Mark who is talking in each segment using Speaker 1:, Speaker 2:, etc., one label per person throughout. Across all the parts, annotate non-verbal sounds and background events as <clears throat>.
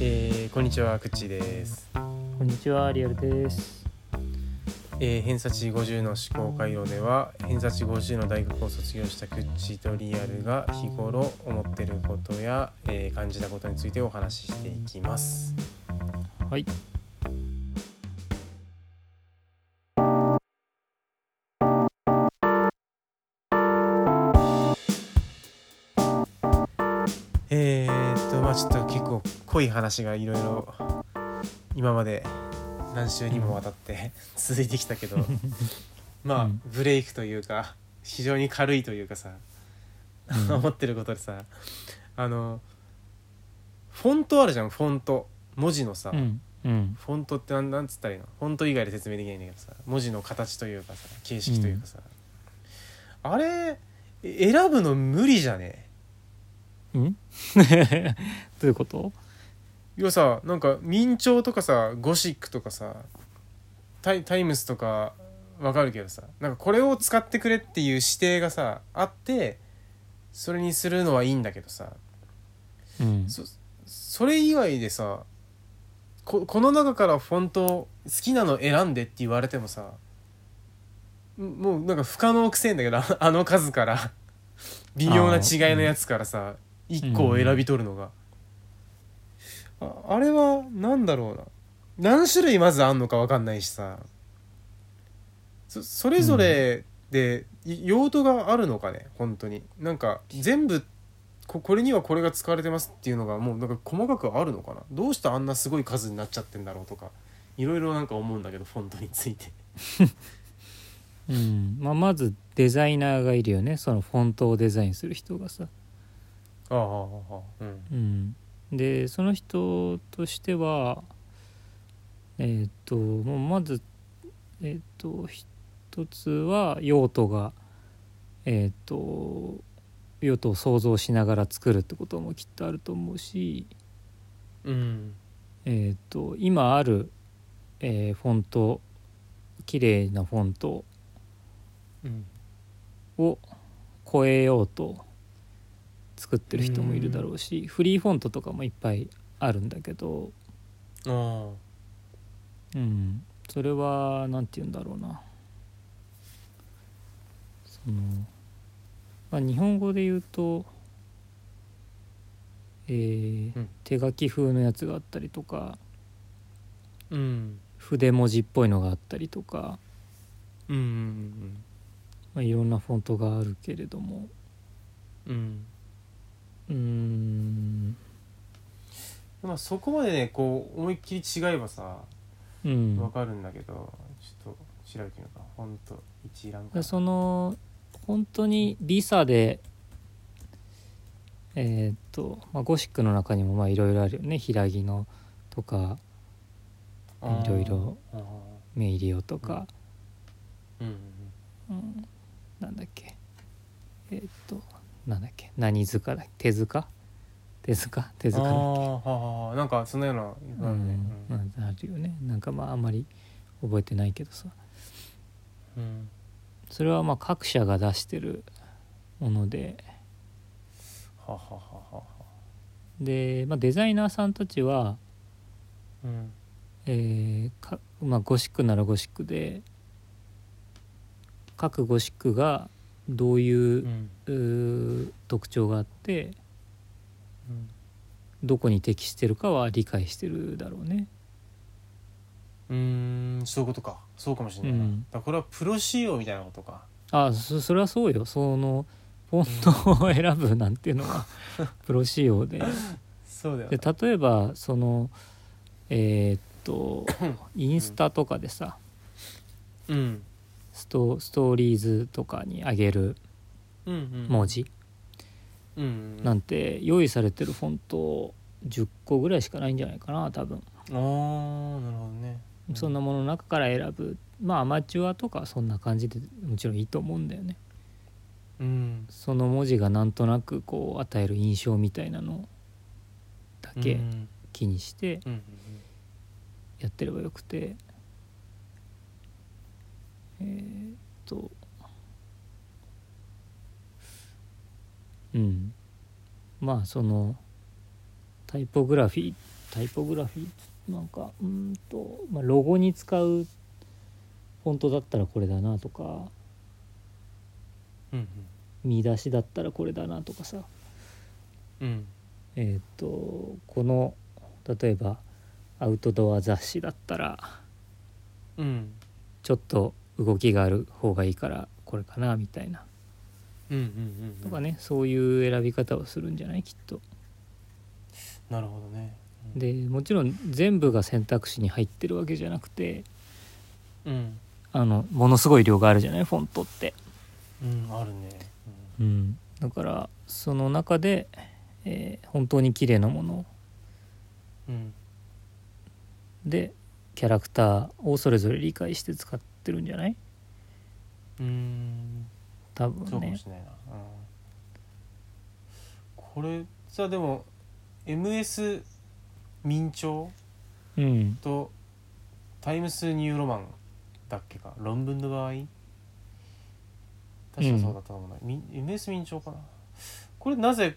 Speaker 1: えーこんにちは、くっちーです。
Speaker 2: こんにちは、リアルです。
Speaker 1: えー偏差値50の思考回路では、偏差値50の大学を卒業したくっちーとリアルが日頃思ってることや、えー感じたことについてお話ししていきます。
Speaker 2: はい。
Speaker 1: えーっと、まあちょっと結構濃い話がいろいろ今まで何週にもわたって
Speaker 2: <laughs>
Speaker 1: 続いてきたけど、まあ
Speaker 2: うん
Speaker 1: ブレイクというか、非常に軽いというかさ、 <laughs> 思ってることでさあのフォントあるじゃんフォント文字のさ、
Speaker 2: うん。うん。
Speaker 1: フォントってなんなんつったらいいのフォント以外で説明できないんだけどさ文字の形というかさ形式というかさ、あれえ選ぶの無理じゃね
Speaker 2: うん <laughs> どういうこと
Speaker 1: 要はさなんか明朝とかさゴシックとかさタイタイムスとかわかるけどさなんかこれを使ってくれっていう指定がさあってそれにするのはいいんだけどさ
Speaker 2: うん。
Speaker 1: そそれ以外でさここの中からフォント好きなの選んでって言われてもさんもうなんか不可能くせえんだけどああの数から微妙な違いのやつからさ1個を選び取るのが、ああれは何だろうな何種類まずあんのか分かんないしさそそれぞれでい用途があるのかね本当になんか全部ここれにはこれが使われてますっていうのがもうなんか細かくあるのかなどうしてあんなすごい数になっちゃってんだろうとかいろいろなんか思うんだけどフォントについて
Speaker 2: うん。まあ、まずデザイナーがいるよね。そのフォントをデザインする人がさ。
Speaker 1: ああああうん
Speaker 2: うん。で、その人としては、えーっと、もうまず、えーっと、一つは用途が、えーっと、用途を想像しながら作るってこともきっとあると思うし、
Speaker 1: うん
Speaker 2: えー、と今ある、えーフォント綺麗なフォント
Speaker 1: うん
Speaker 2: を超えようと作ってる人もいるだろうしフリーフォントとかもいっぱいあるんだけど、
Speaker 1: ああ
Speaker 2: うん、それは何て言うんだろうなその、まあ、日本語で言うと、えー
Speaker 1: うん
Speaker 2: 手書き風のやつがあったりとか
Speaker 1: うん
Speaker 2: 筆文字っぽいのがあったりとか。
Speaker 1: うんうん
Speaker 2: まあ、いろんなフォントがあるけれども
Speaker 1: うんうん
Speaker 2: うーん
Speaker 1: まあそこまでねこう思いっきり違えばさ
Speaker 2: う
Speaker 1: わ
Speaker 2: ん
Speaker 1: かるんだけど、ちょっと調べてみようかフォント一覧か
Speaker 2: でその本当にリサでえーっと、まあ、ゴシックの中にもまあいろいろあるよね平木のとか
Speaker 1: ああ
Speaker 2: いろいろ
Speaker 1: ああ
Speaker 2: メイリオとか、
Speaker 1: うんうん
Speaker 2: うん、なんだっけえーっとなんだっけ何塚だっけ手塚手塚手
Speaker 1: うんあ
Speaker 2: 塚だっけ
Speaker 1: あははなんかそのような
Speaker 2: う
Speaker 1: なん
Speaker 2: ん
Speaker 1: ね
Speaker 2: まあ、あるよねなんかまああんまり覚えてないけどさ
Speaker 1: うんうん
Speaker 2: それはまあ各社が出してるもので
Speaker 1: ははははは
Speaker 2: で、まあ、デザイナーさんたちは、
Speaker 1: うん
Speaker 2: えーかまあ、ゴシックならゴシックで各ゴシックがどういう,うー、特徴があって
Speaker 1: うん
Speaker 2: どこに適してるかは理解してるだろうね。
Speaker 1: うんうーんそういうことかそうかもしれないな、
Speaker 2: うん
Speaker 1: だからこれはプロ仕様みたいなことか
Speaker 2: あそそれはそうよそのフォントを選ぶなんていうのはプロ仕様で
Speaker 1: そうだよ
Speaker 2: で
Speaker 1: ね
Speaker 2: 例えばそのえーっとインスタとかでさ
Speaker 1: うん
Speaker 2: ストストーリーズとかに上げる
Speaker 1: うんうん
Speaker 2: 文字
Speaker 1: うんうん
Speaker 2: なんて用意されてるフォント10個ぐらいしかないんじゃないかな多分
Speaker 1: ああなるほどねうん
Speaker 2: そんなものの中から選ぶまあアマチュアとかはそんな感じでもちろんいいと思うんだよね
Speaker 1: うん
Speaker 2: その文字がなんとなくこう与える印象みたいなのだ
Speaker 1: う
Speaker 2: け
Speaker 1: ん
Speaker 2: 気にして
Speaker 1: うん
Speaker 2: やってればよくてえーっとうんまあそのタイポグラフィータイポグラフィーなんかうーんと、まあ、ロゴに使うフォントだったらこれだなとか
Speaker 1: うん
Speaker 2: 見出しだったらこれだなとかさ
Speaker 1: うん
Speaker 2: えっ、とこの例えばアウトドア雑誌だったら
Speaker 1: うん
Speaker 2: ちょっと動きがある方がいいからこれかなみたいな
Speaker 1: うんうんうん
Speaker 2: とかねそういう選び方をするんじゃないきっと。
Speaker 1: なるほどねうん
Speaker 2: でもちろん全部が選択肢に入ってるわけじゃなくて
Speaker 1: うん
Speaker 2: あのものすごい量があるじゃないフォントって。
Speaker 1: うんあるね
Speaker 2: うん、だからその中で、えー本当に綺麗なもの
Speaker 1: うんうん
Speaker 2: でキャラクターをそれぞれ理解して使ってるんじゃないう
Speaker 1: ーん
Speaker 2: 多
Speaker 1: そ
Speaker 2: 分
Speaker 1: うかも
Speaker 2: ね
Speaker 1: しれないな、うんこれさでも MS 明朝
Speaker 2: うん
Speaker 1: とタイムスニューロマンだっけか論文の場合確かそうだったと思うんだ、み MS 明朝かなこれなぜ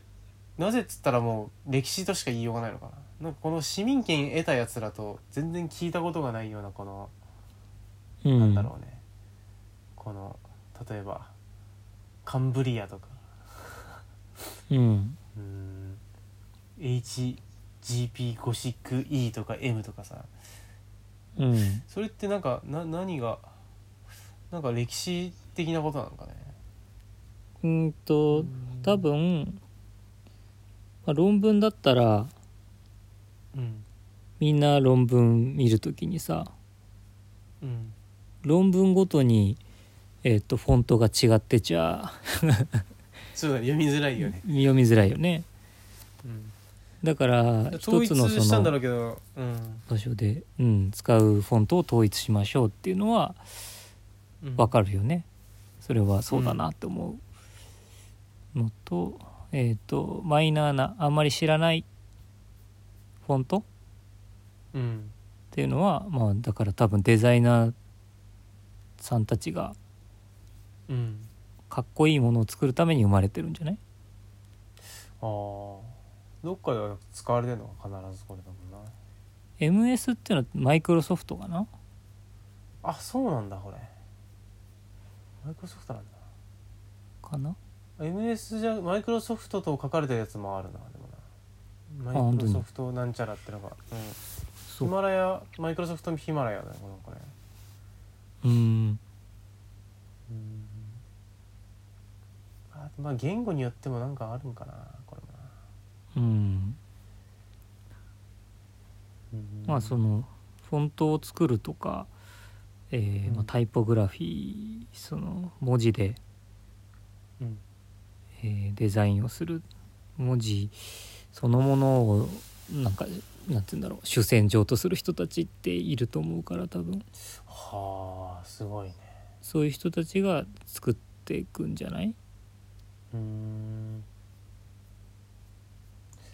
Speaker 1: なぜっつったらもう歴史としか言いようがないのかななんかこの市民権得たやつらと全然聞いたことがないようなこの
Speaker 2: うん
Speaker 1: なんだろうね、この例えばカンブリアとか
Speaker 2: うん
Speaker 1: うーん HGP ゴシック E とか M とかさ
Speaker 2: うん
Speaker 1: それってなんかな何がなんか歴史的なことなのかね
Speaker 2: うんと多分、まあ、論文だったら
Speaker 1: うん
Speaker 2: みんな論文見るときにさ
Speaker 1: うん
Speaker 2: 論文ごとにえっ、とフォントが違ってちゃ
Speaker 1: そうだね読みづらいよね、
Speaker 2: 読みづらいよね
Speaker 1: うん、
Speaker 2: だから
Speaker 1: 統
Speaker 2: 一
Speaker 1: 一
Speaker 2: つのそ
Speaker 1: したんだろ
Speaker 2: の
Speaker 1: うけどうん
Speaker 2: 場所で、うん、使うフォントを統一しましょうっていうのは
Speaker 1: うん
Speaker 2: わかるよねそれはそうだなって思うのと、えっ、とマイナーなあんまり知らないフォントっ
Speaker 1: うん
Speaker 2: ていうのはまあだから多分デザイナーさんたちが
Speaker 1: うん
Speaker 2: かっこいいものを作るために生まれてるんじゃない
Speaker 1: あーどっかでは使われてるのが必ずこれだもんな
Speaker 2: ?MS っていうのはマイクロソフトかな
Speaker 1: あそうなんだこれマイクロソフトなんだ
Speaker 2: かな
Speaker 1: MS じゃマイクロソフトと書かれてるやつもあるなでもな
Speaker 2: あ
Speaker 1: マイク
Speaker 2: 本当
Speaker 1: ロ
Speaker 2: に
Speaker 1: ソフトなんちゃらってのが、うん、ヒ
Speaker 2: そう
Speaker 1: マラヤマイクロソフトヒマラヤだよこれ
Speaker 2: うん
Speaker 1: あまあ言語によってもなんかあるんかなこれもな
Speaker 2: うんまあそのフォントを作るとか、えー
Speaker 1: うん
Speaker 2: まあ、タイポグラフィーその文字で、
Speaker 1: うん
Speaker 2: えーデザインをする文字そのものをなんかなんて言うんだろう主戦場とする人たちっていると思うから多分
Speaker 1: はあすごいね
Speaker 2: そういう人たちが作っていくんじゃない
Speaker 1: うん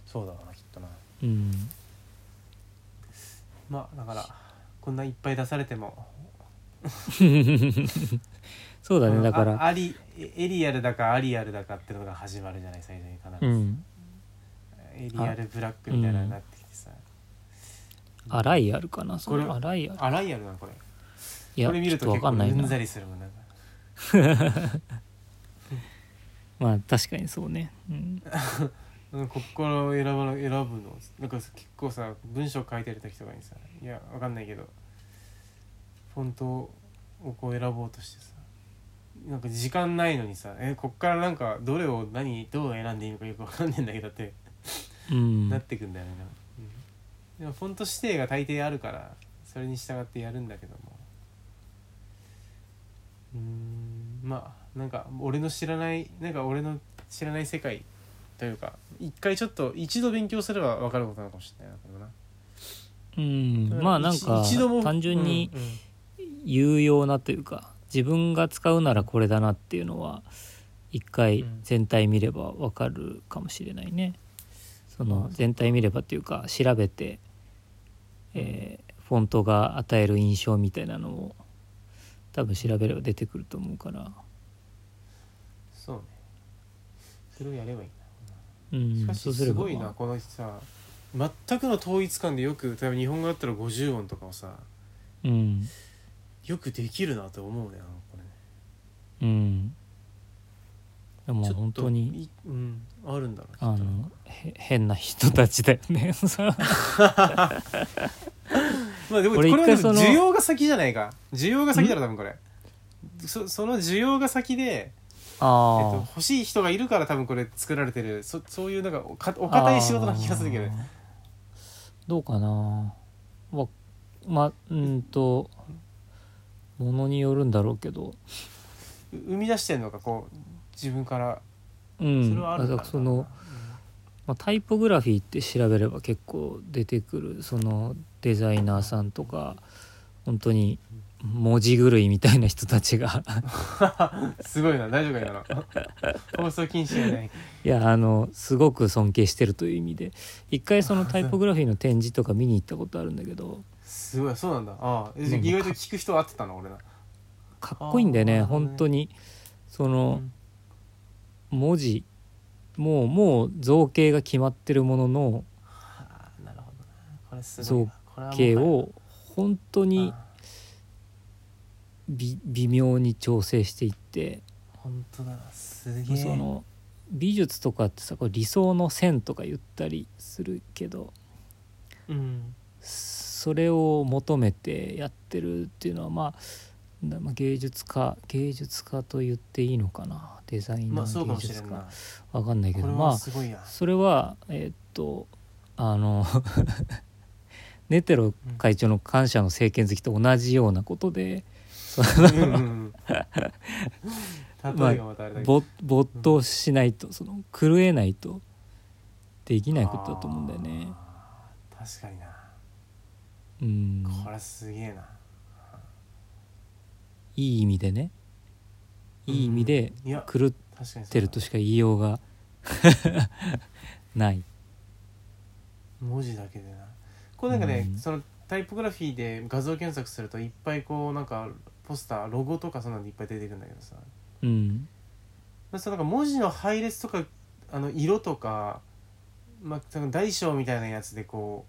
Speaker 1: そうだろうなきっとな
Speaker 2: うん
Speaker 1: まあだからこんないっぱい出されても
Speaker 2: そうだ
Speaker 1: う
Speaker 2: ね
Speaker 1: ん
Speaker 2: だか
Speaker 1: あ
Speaker 2: ら
Speaker 1: ありエリアルだかアリアルだかってのが始まるじゃない最初に必
Speaker 2: う
Speaker 1: ず、
Speaker 2: ん
Speaker 1: エリアルブラックみたいなのになってきてさ、
Speaker 2: アライアルかなそ
Speaker 1: こ
Speaker 2: の
Speaker 1: れ
Speaker 2: アライアル
Speaker 1: アライアルなのこれ
Speaker 2: いや
Speaker 1: これ見
Speaker 2: ちょ
Speaker 1: る
Speaker 2: っ
Speaker 1: と
Speaker 2: とわ
Speaker 1: 結
Speaker 2: か
Speaker 1: 構
Speaker 2: んない
Speaker 1: うん
Speaker 2: な
Speaker 1: ざりするもんなんか
Speaker 2: まあ確かにそうねうん
Speaker 1: うんここから選ばな選ぶのなんか結構さ文章書いてる時とかにさいやわかんないけどフォントをこう選ぼうとしてさなんか時間ないのにさえこっからなんかどれを何どう選んでいいのかよくわかんないんだけどって、
Speaker 2: う
Speaker 1: <laughs>
Speaker 2: ん
Speaker 1: なってくんだよね、なんかうん、でもフォント指定が大抵あるからそれに従ってやるんだけどもうーんまあなんか俺の知らないなんか俺の知らない世界というか一回ちょっと一度勉強すれば分かることなのかもしれないなこれもな
Speaker 2: うんまあなんか
Speaker 1: 一一度も
Speaker 2: 単純に
Speaker 1: うんうん
Speaker 2: 有用なというか自分が使うならこれだなっていうのは一回
Speaker 1: うん
Speaker 2: 全体見ればわかるかもしれないね。そ
Speaker 1: ま
Speaker 2: の
Speaker 1: あ
Speaker 2: 全体見ればというか調べて、えーフォントが与える印象みたいなのを多分調べれば出てくると思うから。
Speaker 1: そうねそれをやればいいな
Speaker 2: うん
Speaker 1: しか
Speaker 2: そ
Speaker 1: し
Speaker 2: うすれ
Speaker 1: す
Speaker 2: ば
Speaker 1: ごいな
Speaker 2: まあ
Speaker 1: このさ全くの統一感でよく例えば日本語だったら50音とかをさ
Speaker 2: うん
Speaker 1: よくできるなと思うねあの子ね
Speaker 2: うんでも
Speaker 1: ちょっと
Speaker 2: 本当に
Speaker 1: いうんあるんだろうきっと
Speaker 2: あのへ変な人たちだよねそう
Speaker 1: まあでもこ
Speaker 2: 俺
Speaker 1: れは
Speaker 2: 一回
Speaker 1: でも
Speaker 2: その
Speaker 1: 需要が先じゃないか需要が先だろ多分これそその需要が先で、えっと、
Speaker 2: <laughs> あ
Speaker 1: 欲しい人がいるから多分これ作られてるそそういうなんかおか
Speaker 2: あ
Speaker 1: お堅い仕事な気がするけど
Speaker 2: あーどうかなままうんとものによるんだろうけど
Speaker 1: う生み出してんのかこう自分から
Speaker 2: うん
Speaker 1: それはあるんだ
Speaker 2: だからその、まあ、タイポグラフィーって調べれば結構出てくるそのデザイナーさんとか本当に文字狂いみたいな人たちが
Speaker 1: すごいな <laughs> 大丈夫か今の放送禁止じゃない
Speaker 2: いやあのすごく尊敬してるという意味で一回そのタイポグラフィーの展示とか見に行ったことあるんだけど
Speaker 1: すごいそうなんだああえ
Speaker 2: うん
Speaker 1: 意外と聞く人合ってたの俺な
Speaker 2: かっこいいんだよ
Speaker 1: あー
Speaker 2: ね
Speaker 1: なるほどね
Speaker 2: 本当にそうの
Speaker 1: ん
Speaker 2: 文字もうもう造形が決まってるものの
Speaker 1: ああなるほどなこれすごいなこれはもう
Speaker 2: 形を本当に
Speaker 1: ああ
Speaker 2: び微妙に調整していって
Speaker 1: 本当だなすげえ
Speaker 2: その美術とかってさこう理想の線とか言ったりするけど
Speaker 1: うん
Speaker 2: それを求めてやってるっていうのはまあなまあ芸術家芸術家と言っていいのかなデザイナ
Speaker 1: まあそうか
Speaker 2: ー芸
Speaker 1: もしれ
Speaker 2: 術
Speaker 1: ん
Speaker 2: 家、
Speaker 1: な
Speaker 2: わかんないけ
Speaker 1: こ
Speaker 2: ど
Speaker 1: れ
Speaker 2: まあ
Speaker 1: はすごいな、
Speaker 2: それはえーっとあの <laughs> ネテロ会長の感謝の政権好きと同じようなことで
Speaker 1: うん
Speaker 2: <laughs>
Speaker 1: うんうん、例えがまたあれだけど、
Speaker 2: ぼ没頭しないとその狂えないとできないことだと思うんだよね。
Speaker 1: あー確かにな
Speaker 2: うん、
Speaker 1: これすげえな、
Speaker 2: いい意味でねいい意味で
Speaker 1: うんいや
Speaker 2: 狂っ
Speaker 1: 確かにそうだ
Speaker 2: てるとしか言いようがない。
Speaker 1: 文字だけでなこうなんかね、
Speaker 2: うん
Speaker 1: そのタイポグラフィーで画像検索するといっぱいこうなんかポスターロゴとかそんなのいっぱい出てくるんだけどさ
Speaker 2: うん
Speaker 1: まあそのなんか文字の配列とかあの色とか、まあ、その大小みたいなやつでこ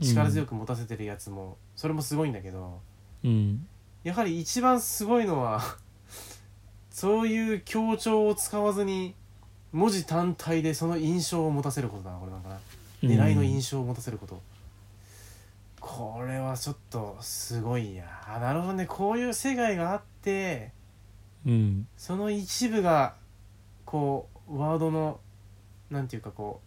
Speaker 1: う力強く持たせてるやつも、それもすごいんだけど
Speaker 2: うん
Speaker 1: やはり一番すごいのは <laughs> そういう強調を使わずに文字単体でその印象を持たせることだなこれなんかな。
Speaker 2: うん
Speaker 1: 狙いの印象を持たせること、これはちょっとすごいやあなるほどねこういう世界があって
Speaker 2: うん
Speaker 1: その一部がこうワードのなんていうかこ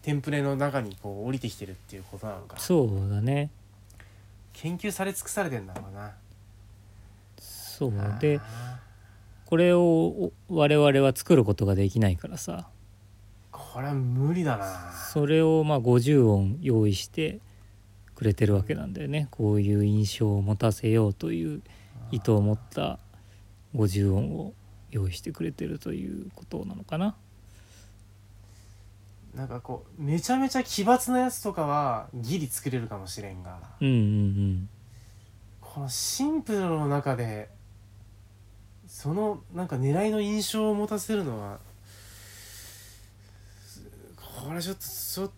Speaker 1: うテンプレの中にこう降りてきてるっていうことなのか
Speaker 2: そうだね
Speaker 1: 研究され尽くされてんだろうな
Speaker 2: そう
Speaker 1: あー
Speaker 2: でこれをお我々は作ることができないからさ
Speaker 1: これは無理だな
Speaker 2: それをまあ50音用意してくれてるわけなんだよねこういう印象を持たせようという意図を持った50音を用意してくれてるということなのかな。
Speaker 1: なんかこうめちゃめちゃ奇抜なやつとかはギリ作れるかもしれんが
Speaker 2: うんうん
Speaker 1: このシンプルの中でそのなんか狙いの印象を持たせるのはすこれちょっとちょっ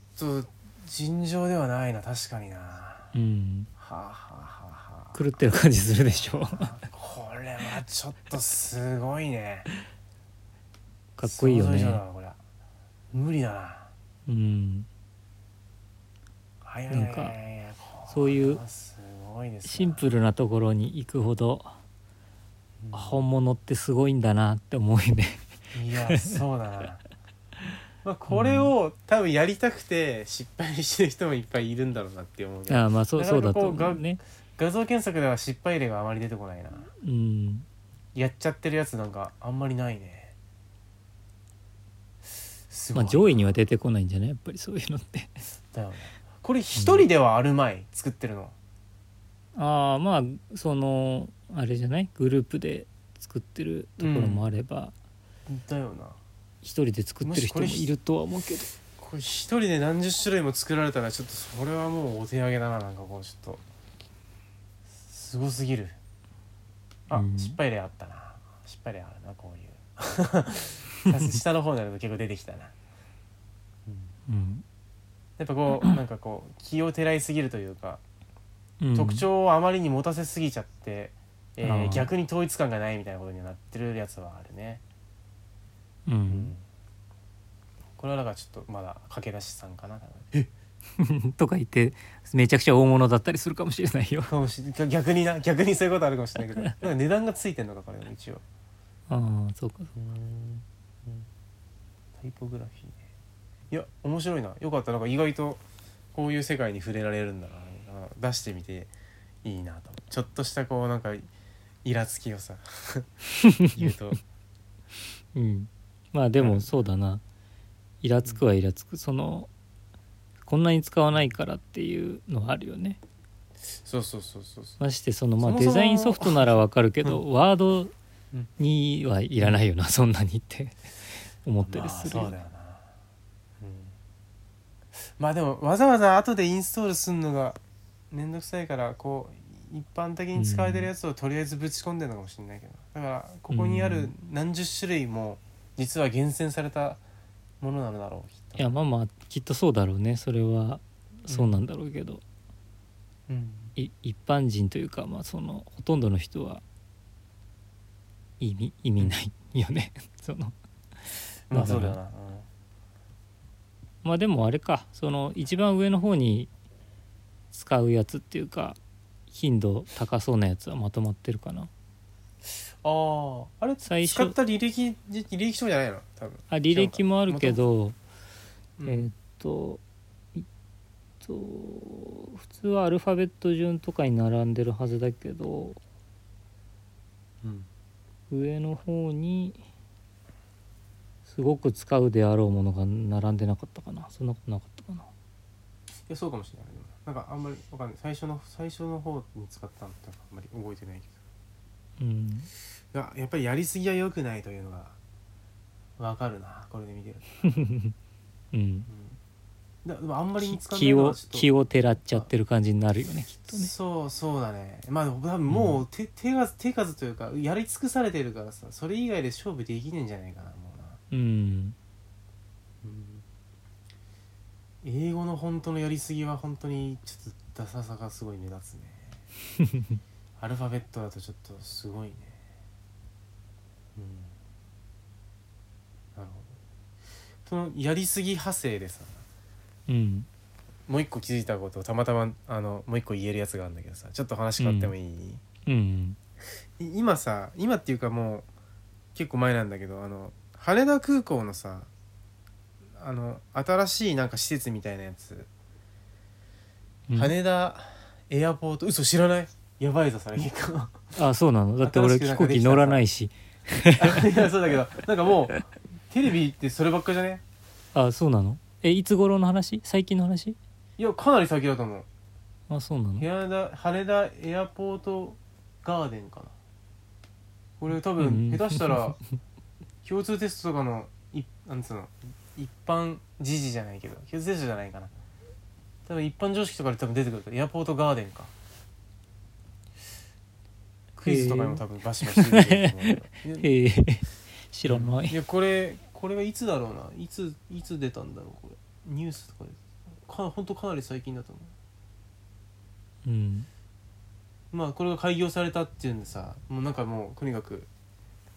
Speaker 1: と尋常ではないな確かになは
Speaker 2: うんうん
Speaker 1: あ、はあは
Speaker 2: 狂ってる感じするでし
Speaker 1: <laughs>
Speaker 2: ょ
Speaker 1: あはあ、これはちょっとすごいね
Speaker 2: かっこいいよ
Speaker 1: 想像以上だ
Speaker 2: ね
Speaker 1: なこれ無理だな
Speaker 2: うん
Speaker 1: はいはい
Speaker 2: なん
Speaker 1: は
Speaker 2: か
Speaker 1: いはいや
Speaker 2: そういう
Speaker 1: これはすごいですな
Speaker 2: シンプルなところに行くほど
Speaker 1: うん
Speaker 2: 本物ってすごいんだなって思うよね
Speaker 1: いやそうだな
Speaker 2: <laughs>
Speaker 1: まあこれを多分やりたくて失敗してる人もいっぱいいるんだろうなって思うけど
Speaker 2: ああまあそう
Speaker 1: な
Speaker 2: そ
Speaker 1: か
Speaker 2: う
Speaker 1: なか
Speaker 2: だと
Speaker 1: こう
Speaker 2: 思うね
Speaker 1: 画像検索では失敗例があまり出てこないな
Speaker 2: うん
Speaker 1: やっちゃってるやつなんかあんまりないねす
Speaker 2: ま
Speaker 1: ごい
Speaker 2: あ上位には出てこないんじゃないやっぱりそういうのって
Speaker 1: だよねこれ一人ではあるまい作ってるの
Speaker 2: ああまあそのあれじゃないグループで作ってるところもあれば
Speaker 1: だよな
Speaker 2: 一、人で作ってる人もいるとは思うけど
Speaker 1: これ一人で何十種類も作られたらちょっとそれはもうお手上げだななんかこうちょっとすごすぎるあ、
Speaker 2: うん
Speaker 1: 失敗例あったな失敗例あるなこう <laughs> いう下の方になると結構出てきたな、
Speaker 2: うん
Speaker 1: やっぱこ
Speaker 2: <clears throat>
Speaker 1: うなんかこう気をてらいすぎるというか
Speaker 2: うん
Speaker 1: 特徴をあまりに持たせすぎちゃって、えー
Speaker 2: あー
Speaker 1: 逆に統一感がないみたいなことになってるやつはあるね、
Speaker 2: う、
Speaker 1: うんこれはだからちょっとまだ駆け出しさんかな多分
Speaker 2: <laughs> とか言ってめちゃくちゃ大物だったりするかもしれないよ
Speaker 1: かもし逆にな逆にそういうことあるかもしれないけどなんか値段がついてんのかこれも一応
Speaker 2: ああそうか
Speaker 1: タイポグラフィーねいや面白いなよかったなんか意外とこういう世界に触れられるんだななんか出してみていいなとちょっとしたこうなんかイラつきをさ <laughs> 言うと
Speaker 2: うんまあで
Speaker 1: うん
Speaker 2: もそうだなイラつくはイラつくそのこんなに使わないからっていうのはあるよね
Speaker 1: そうそうそうそうそう
Speaker 2: ましてそのまあ
Speaker 1: そもそ
Speaker 2: デ
Speaker 1: も
Speaker 2: ザインソフトならわかるけど、ワード
Speaker 1: うん
Speaker 2: にはいらないよな、そんなにって <laughs> 思った
Speaker 1: ま
Speaker 2: り
Speaker 1: あ
Speaker 2: する
Speaker 1: そう
Speaker 2: よ
Speaker 1: だよ
Speaker 2: ね
Speaker 1: な、うん、まあでもわざわざ後でインストールするのが面倒くさいからこう一般的に使われてるやつをとりあえずぶち込んでるのかもしれないけどだからここにあ
Speaker 2: う
Speaker 1: る
Speaker 2: ん
Speaker 1: 何十種類も実は厳選されたものなのだろうきっ
Speaker 2: い
Speaker 1: と、
Speaker 2: やまあまあきっとそうだろうねそれはそうなんだろうけど、
Speaker 1: うん、
Speaker 2: い一般人というか、まあ、そのほとんどの人は意味意味ないよね <laughs> その
Speaker 1: まあ
Speaker 2: だ
Speaker 1: そう
Speaker 2: か
Speaker 1: だ
Speaker 2: ら
Speaker 1: よな、うん
Speaker 2: まあでもあれかその一番上の方に使うやつっていうか頻度高そうなやつはまとまってるかな
Speaker 1: あああれ使
Speaker 2: 最初
Speaker 1: った履歴じ履歴書じゃないの多分、
Speaker 2: あ履歴もあるけど
Speaker 1: うん
Speaker 2: えーっとえっと普通はアルファベット順とかに並んでるはずだけど
Speaker 1: うん
Speaker 2: 上の方にすごく使うであろうものが並んでなかったかなそんなことなかったかない
Speaker 1: やそうかもしれないでもなんかあんまりわかんない最初の最初の方に使ったのってあんまり覚えてないけど
Speaker 2: うん
Speaker 1: いややっぱりやりすぎは良くないというのがわかるなこれで見てると、
Speaker 2: う
Speaker 1: う
Speaker 2: ん
Speaker 1: ん、だでもあんまり見つかんない
Speaker 2: 気
Speaker 1: の
Speaker 2: を
Speaker 1: はちょっと
Speaker 2: 気をてらっちゃってる感じになるよねきっとね
Speaker 1: そうそうだねまあでも多分もう手,、手数手数というかやり尽くされてるからさそれ以外で勝負できねえんじゃないかなもうな、
Speaker 2: うん
Speaker 1: 英語の本当のやりすぎは本当にちょっとダサさがすごい目立つねアルファベットだとちょっとすごいねうんなるほどそのやりすぎ派生でさ
Speaker 2: うん
Speaker 1: もう一個気づいたことをたまたまあのもう一個言えるやつがあるんだけどさちょっと話変わってもいい、
Speaker 2: うん
Speaker 1: い今さ今っていうかもう結構前なんだけどあの羽田空港のさあの新しいなんか施設みたいなやつ、
Speaker 2: うん
Speaker 1: 羽田エアポート嘘知らないやばいぞそれ結構 <laughs>
Speaker 2: あそうなのだって俺
Speaker 1: 新しくな
Speaker 2: 飛
Speaker 1: んかで
Speaker 2: 行
Speaker 1: き
Speaker 2: 機
Speaker 1: たさ
Speaker 2: 乗らない
Speaker 1: い
Speaker 2: し
Speaker 1: やそうだけどなんかもうテレビってそればっかじゃね
Speaker 2: あそうなのえいつ頃の話最近の話
Speaker 1: いやかなり先だと思う
Speaker 2: あそうなの
Speaker 1: 羽田羽田エアポートガーデンかなこれ多
Speaker 2: う
Speaker 1: 分
Speaker 2: んうん
Speaker 1: 下手した
Speaker 2: <laughs>
Speaker 1: ら共通テストとかのいなんつうの一般時事じゃないけど共通テストじゃないかな多分一般常識とかで多分出てくるからエアポートガーデンかクイズとかにも多分バシバシ出てくると思うけどいや
Speaker 2: へえ <laughs> 知ら <laughs> ない
Speaker 1: いやこれこれはいつだろうないついつ出たんだろうこれニュースとかでか本当かなり最近だと思う
Speaker 2: うん
Speaker 1: まあこれが開業されたっていうんでさもうなんかもうとにかく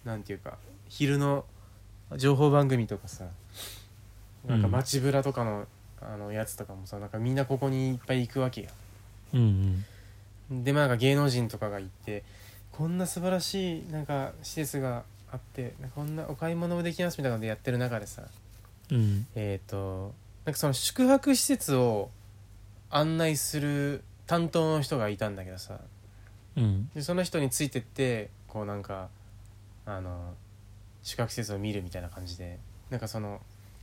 Speaker 1: なんていうか昼の情報番組とかさなんか
Speaker 2: うん
Speaker 1: 街ブラとかの,、あのやつとかもさなんかみんなここにいっぱい行くわけよ
Speaker 2: うん
Speaker 1: でまあなんか芸能人とかが行ってこんな素晴らしいなんか施設があってこんなお買い物もできますみたいなのでやってる中でさ
Speaker 2: うんうん
Speaker 1: えっ、となんかその宿泊施設を案内する担当の人がいたんだけどさ、
Speaker 2: うん
Speaker 1: でその人についてってこうなんかあの宿泊施設を見るみたいな感じでなんかその、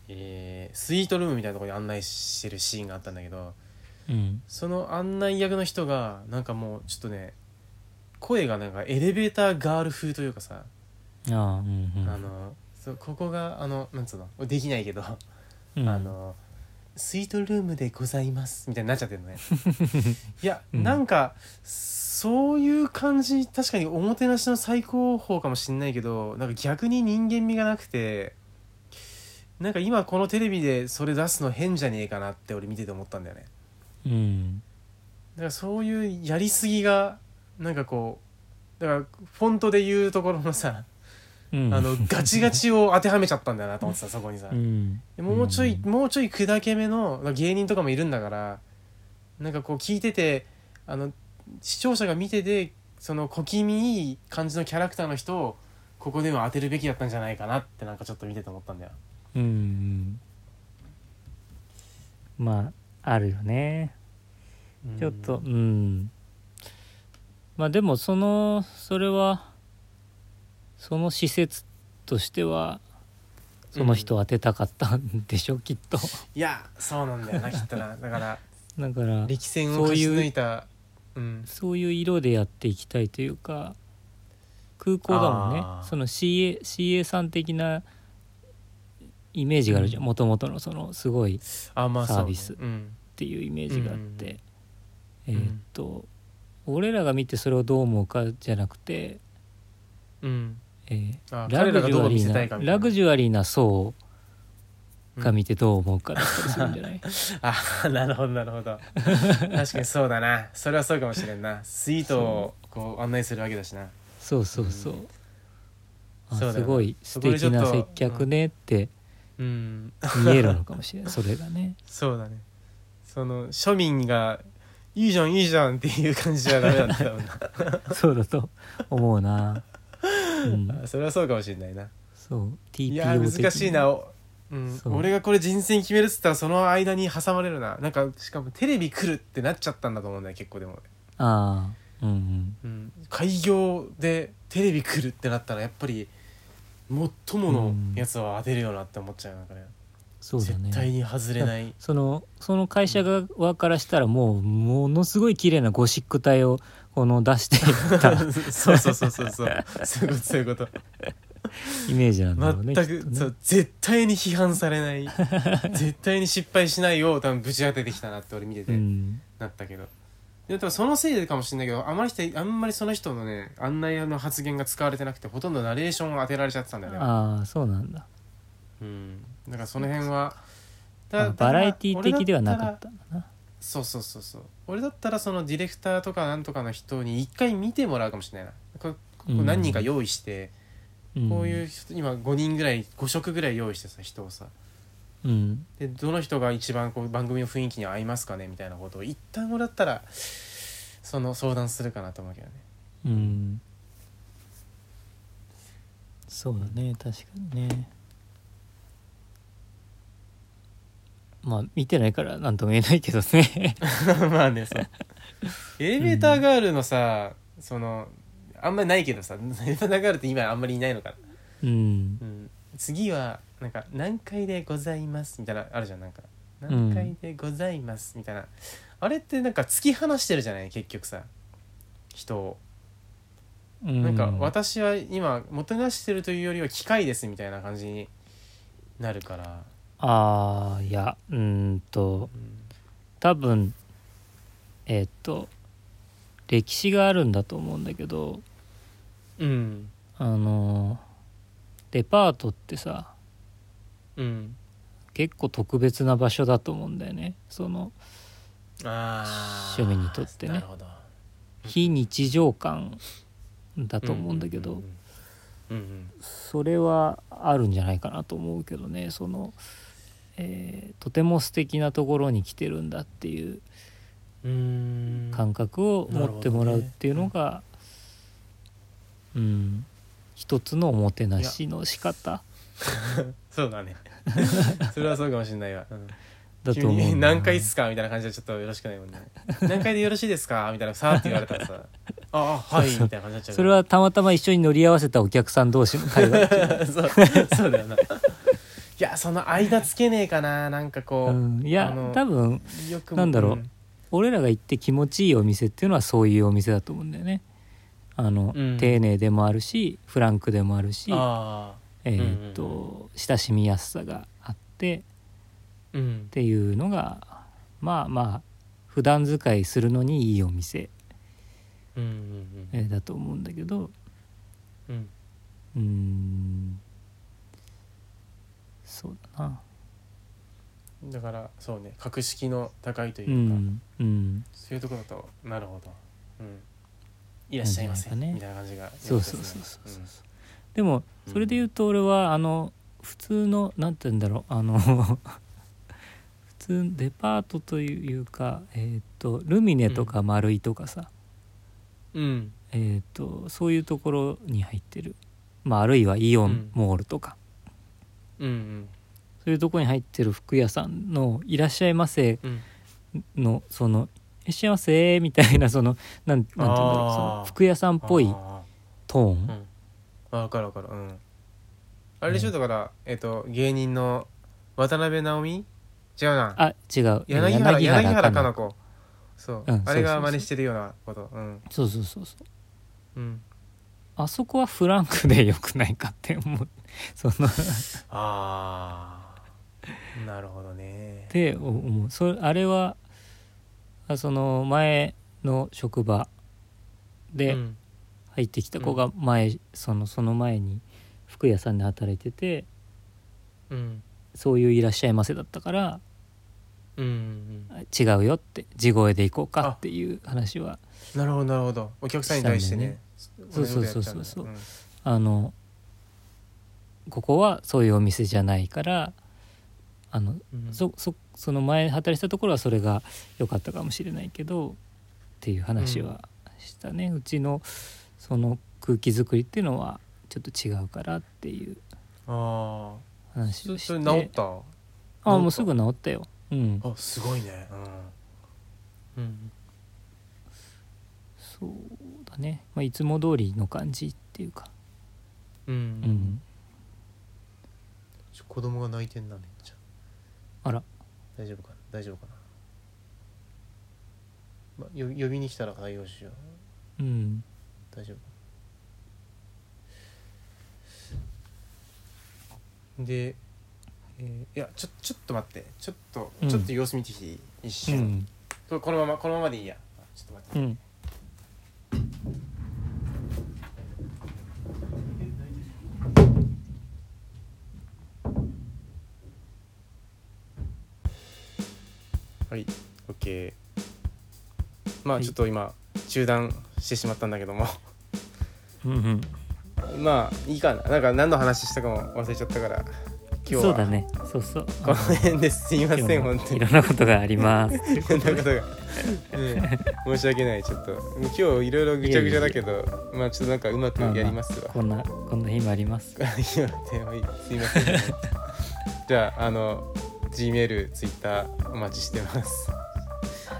Speaker 1: えースイートルームみたいなところに案内してるシーンがあったんだけど
Speaker 2: うん
Speaker 1: その案内役の人がなんかもうちょっとね声がなんかエレベーターガール風というかさ、
Speaker 2: ああうんうん
Speaker 1: あのそうここがあのなんつうのできないけど、
Speaker 2: うん
Speaker 1: あのスイートルームでございますみたいになっちゃってるの
Speaker 2: <laughs>
Speaker 1: ねいや、
Speaker 2: うん
Speaker 1: なんかそういう感じ確かにおもてなしの最高峰かもしんないけどなんか逆に人間味がなくてなんか今このテレビでそれ出すの変じゃねえかなって俺見てて思ったんだよね
Speaker 2: うん
Speaker 1: だからそういうやりすぎがなんかこうだからフォントで言うところのさ
Speaker 2: うん
Speaker 1: あのガチガチを当てはめちゃったんだよなと思ってたそこに
Speaker 2: <laughs>
Speaker 1: さ、
Speaker 2: うん
Speaker 1: もうちょい、
Speaker 2: う
Speaker 1: もうちょい砕け目の芸人とかもいるんだからなんかこう聞いててあの視聴者が見ててその小気味いい感じのキャラクターの人をここでは当てるべきだったんじゃないかなってなんかちょっと見てて思ったんだよ。
Speaker 2: うんうんまああるよねちょっとうん、まあでもそのそれはその施設としてはその人を当てたかったんでしょ、きっと
Speaker 1: いやそうなんだよなきっとなだ <laughs> から
Speaker 2: だから
Speaker 1: 力戦を勝ち抜いたうん
Speaker 2: そういう色でやっていきたいというか空港だもんね
Speaker 1: あー
Speaker 2: その CA, CA さん的なイメージがあるじゃんもともとのそのすごいっ
Speaker 1: あまあそう
Speaker 2: サービス
Speaker 1: うん
Speaker 2: ていうイメージがあって、
Speaker 1: うんうん
Speaker 2: えーっと俺らが見てそれをどう思うかじゃなくて、
Speaker 1: うん
Speaker 2: えー
Speaker 1: あ
Speaker 2: ラ
Speaker 1: 彼
Speaker 2: グ
Speaker 1: ら
Speaker 2: ジ
Speaker 1: が
Speaker 2: ュ
Speaker 1: ど
Speaker 2: ア
Speaker 1: う見
Speaker 2: リ
Speaker 1: せ
Speaker 2: ー
Speaker 1: たい
Speaker 2: な
Speaker 1: かみたいな
Speaker 2: ラグジュアリーな層が見てどう思うかだったりするんじゃない
Speaker 1: あーなるほどなるほ <laughs> ど確かにそうだなそれはそうかもしれんなスイートをこう案内するわけだしな
Speaker 2: <laughs> そうそうそう、
Speaker 1: うんそ
Speaker 2: あ
Speaker 1: うだよね
Speaker 2: すごい素
Speaker 1: そこでちょ
Speaker 2: 敵
Speaker 1: っと
Speaker 2: な接客ねって
Speaker 1: うん
Speaker 2: 見えるのかもしれないそれがね <laughs>
Speaker 1: そうだねその庶民が「いいじゃんいいじゃん」っていう感じじゃダメなんだろう
Speaker 2: <laughs>
Speaker 1: な
Speaker 2: そうだと思うな、うん、
Speaker 1: あそれはそうかもしれないな
Speaker 2: そう
Speaker 1: い
Speaker 2: TPO
Speaker 1: やー難しいな、おうん、
Speaker 2: そう
Speaker 1: 俺がこれ人選決めるっつったらその間に挟まれるななんかしかもテレビ来るってなっちゃったんだと思うんだよ結構でも、
Speaker 2: ああうんうん
Speaker 1: うん、開業でテレビ来るってなったらやっぱり最ものやつは当てるよなって思っちゃうなこれ、
Speaker 2: そうだ
Speaker 1: 絶対
Speaker 2: ね
Speaker 1: に外れ
Speaker 2: <laughs>
Speaker 1: ない
Speaker 2: そのその会社側からしたらもうものすごい綺麗なゴシック体をこの出していった
Speaker 1: <laughs> そうそうそうそうそうそういうことそういうこと
Speaker 2: イメージなんだろうね
Speaker 1: 全
Speaker 2: きっと
Speaker 1: く
Speaker 2: ね
Speaker 1: そう絶対に批判されない <laughs> 絶対に失敗しないを多分ぶち当ててきたなって俺見てて、
Speaker 2: うん
Speaker 1: なったけどでもそのせいかもしれないけどあまり人あんまりその人のね案内の発言が使われてなくてほとんどナレーションを当てられちゃってたんだよね、
Speaker 2: ああそうなんだ
Speaker 1: うん、だからその辺は
Speaker 2: まあバラエティ的ではなか
Speaker 1: た
Speaker 2: ったんだな
Speaker 1: そうそうそうそう俺だったらそのディレクターとかなんとかの人に一回見てもらうかもしれないなこここ
Speaker 2: うん
Speaker 1: 何人か用意して、
Speaker 2: ん
Speaker 1: こういう人今5人ぐらい5色ぐらい用意してさ人をさ
Speaker 2: うん
Speaker 1: でどの人が一番こう番組の雰囲気に合いますかねみたいなことを一旦俺だったらその相談するかなと思うけどね
Speaker 2: うんそうだね確かにねまあ見てないから何とも言えないけど
Speaker 1: <laughs>
Speaker 2: ね
Speaker 1: まあねそうエレベーターガールのさ、そのあんまりないけどさエレベーターガールって今あんまりいないのかな、
Speaker 2: うん
Speaker 1: うん、次はなんか「何階でございます」みたいなあるじゃんなんか「何階でございます」みたいな、あれってなんか突き放してるじゃない結局さ人を
Speaker 2: な
Speaker 1: なんか私は今もてなしてるというよりは機械ですみたいな感じになるから、
Speaker 2: ああいやうーんと多分えっと歴史があるんだと思うんだけど
Speaker 1: うん
Speaker 2: あのデパートってさ
Speaker 1: うん
Speaker 2: 結構特別な場所だと思うんだよねその
Speaker 1: あー
Speaker 2: 趣味にとってね
Speaker 1: なるほど
Speaker 2: 非日常感だと思うんだけど、
Speaker 1: うんうん
Speaker 2: それはあるんじゃないかなと思うけどねその、えーとても素敵なところに来てるんだっていう
Speaker 1: うんうんうーん
Speaker 2: 感覚を持ってもらうっていうのが、うん一つのおもてなしの仕方
Speaker 1: そうだね <laughs> それはそうかもしれないわ、うん
Speaker 2: だと
Speaker 1: 急
Speaker 2: 思う
Speaker 1: に
Speaker 2: んだよね
Speaker 1: 何回っすかみたいな感じはちょっとよろしくないもんね何回でよろしいですかみたいなさーって言われたらさ
Speaker 2: <laughs>
Speaker 1: ああはいみたいな感じになっちゃう
Speaker 2: それはたまたま一緒に乗り合わせたお客さん同士の会 <laughs>
Speaker 1: <laughs>
Speaker 2: 話、
Speaker 1: そうそうだよな <laughs> いやその間つけねえかななんかこ
Speaker 2: う
Speaker 1: う、
Speaker 2: ん、い
Speaker 1: あ
Speaker 2: や
Speaker 1: の
Speaker 2: 多分
Speaker 1: よく
Speaker 2: なんだろう
Speaker 1: う
Speaker 2: 俺らが行って気持ちいいお店っていうのはそういうお店だと思うんだよね。あの、
Speaker 1: うん
Speaker 2: 丁寧でもあるしフランクでもあるし、
Speaker 1: ああ
Speaker 2: えーっと、
Speaker 1: うん
Speaker 2: 親しみやすさがあって
Speaker 1: うん
Speaker 2: っていうのがまあまあ普段使いするのにいいお店、
Speaker 1: うんうん
Speaker 2: えーだと思うんだけど
Speaker 1: うんうん
Speaker 2: うーんそそうだな
Speaker 1: だからそうね格式の高いという
Speaker 2: う
Speaker 1: か、
Speaker 2: んうん
Speaker 1: そういうところだとなるほど、うん、いらっしゃいませ、
Speaker 2: なんてい
Speaker 1: み
Speaker 2: うかね
Speaker 1: たいな感じが
Speaker 2: そうそうそうそう
Speaker 1: 良かったですねん
Speaker 2: でもそれで言うと俺はあの普通のなんて言うんだろうあの <laughs> 普通のデパートというかえっとルミネとか丸いとかさ、
Speaker 1: うん
Speaker 2: えっとそういうところに入ってるまああるいはイオンモールとか、
Speaker 1: うんうん
Speaker 2: そういうとこに入ってる服屋さんの「いらっしゃいませ
Speaker 1: うん」
Speaker 2: のその「いらっしゃいませ」みたいなそのなんなんて言うんだろ
Speaker 1: あ
Speaker 2: う
Speaker 1: ー
Speaker 2: その服屋さんっぽい
Speaker 1: あー
Speaker 2: トーン
Speaker 1: うんわかるわかるうんあれでしょだからえっと芸人の渡辺直美違うな
Speaker 2: あ違う
Speaker 1: 柳原柳原
Speaker 2: か
Speaker 1: か
Speaker 2: な
Speaker 1: な子そう
Speaker 2: うん
Speaker 1: あれ
Speaker 2: そうそうそ
Speaker 1: が
Speaker 2: う
Speaker 1: 真似してるようなことうん
Speaker 2: そうそうそうそう
Speaker 1: うん
Speaker 2: あそこはフランクでよくないかって思うそ
Speaker 1: <laughs>
Speaker 2: の
Speaker 1: ああなるほどね
Speaker 2: で思うそれあれはあその前の職場で、
Speaker 1: うん
Speaker 2: 入ってきた子が前、そのその前に服屋さんで働いてて
Speaker 1: うん
Speaker 2: そういう「いらっしゃいませ」だったから
Speaker 1: うんうん
Speaker 2: あ違うよって地声で行こうかっていう話は
Speaker 1: なるほどなるほどお客さんに対してね
Speaker 2: そうそ
Speaker 1: 同
Speaker 2: うそう
Speaker 1: じことやっちゃんだ
Speaker 2: そうあのここはそういうお店じゃないからあの
Speaker 1: うんうん
Speaker 2: そそその前働いてたところはそれが良かったかもしれないけどっていう話はしたね、うちのその空気作りっていうのはちょっと違うからっていう
Speaker 1: ああ
Speaker 2: 話を
Speaker 1: そ
Speaker 2: して
Speaker 1: それ治った
Speaker 2: あもうすぐ治ったようん
Speaker 1: あすごいねうん、うん、
Speaker 2: そうだね、まあ、いつも通りの感じっていうか
Speaker 1: うん
Speaker 2: うん、
Speaker 1: ちょ子供が泣いてんなめっちゃ
Speaker 2: あら
Speaker 1: 大丈夫かな大丈夫かな、まあ、よ呼びに来たら対応しよう
Speaker 2: うん
Speaker 1: 大丈夫で、えーいやちょちょっと待ってちょっと、
Speaker 2: うん
Speaker 1: ちょっと様子見てきていい一
Speaker 2: う
Speaker 1: 瞬、
Speaker 2: ん
Speaker 1: ここのままこのままでいいやちょっと待って、
Speaker 2: うん
Speaker 1: はい OK まあ
Speaker 2: はい
Speaker 1: ちょっと今、中断してしまったんだけども <laughs>
Speaker 2: うん
Speaker 1: まあいいかななんか何の話したかも忘れちゃったから今日
Speaker 2: そう
Speaker 1: は
Speaker 2: だねそうそう
Speaker 1: この辺ですすいま
Speaker 2: 今
Speaker 1: せ
Speaker 2: 日
Speaker 1: ん
Speaker 2: も
Speaker 1: 本当
Speaker 2: い
Speaker 1: に
Speaker 2: ろんなことがあります
Speaker 1: そんなことが、ねえ、申し訳ないちょっと今日いろいろぐちゃぐちゃだけどまあちょっとなんかうまく <laughs> やりますわ <laughs>
Speaker 2: こんなこんな日もあります
Speaker 1: 今の点はいいすいません、 <laughs> じゃああの G メール Twitter お待ちしてますよ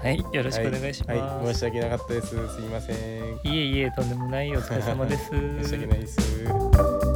Speaker 2: はいよろしくお願いします、
Speaker 1: はいはい、申し訳なかったですすいません <laughs>
Speaker 2: <laughs> いえいえとんでもないお疲れ様です
Speaker 1: 申し訳ないです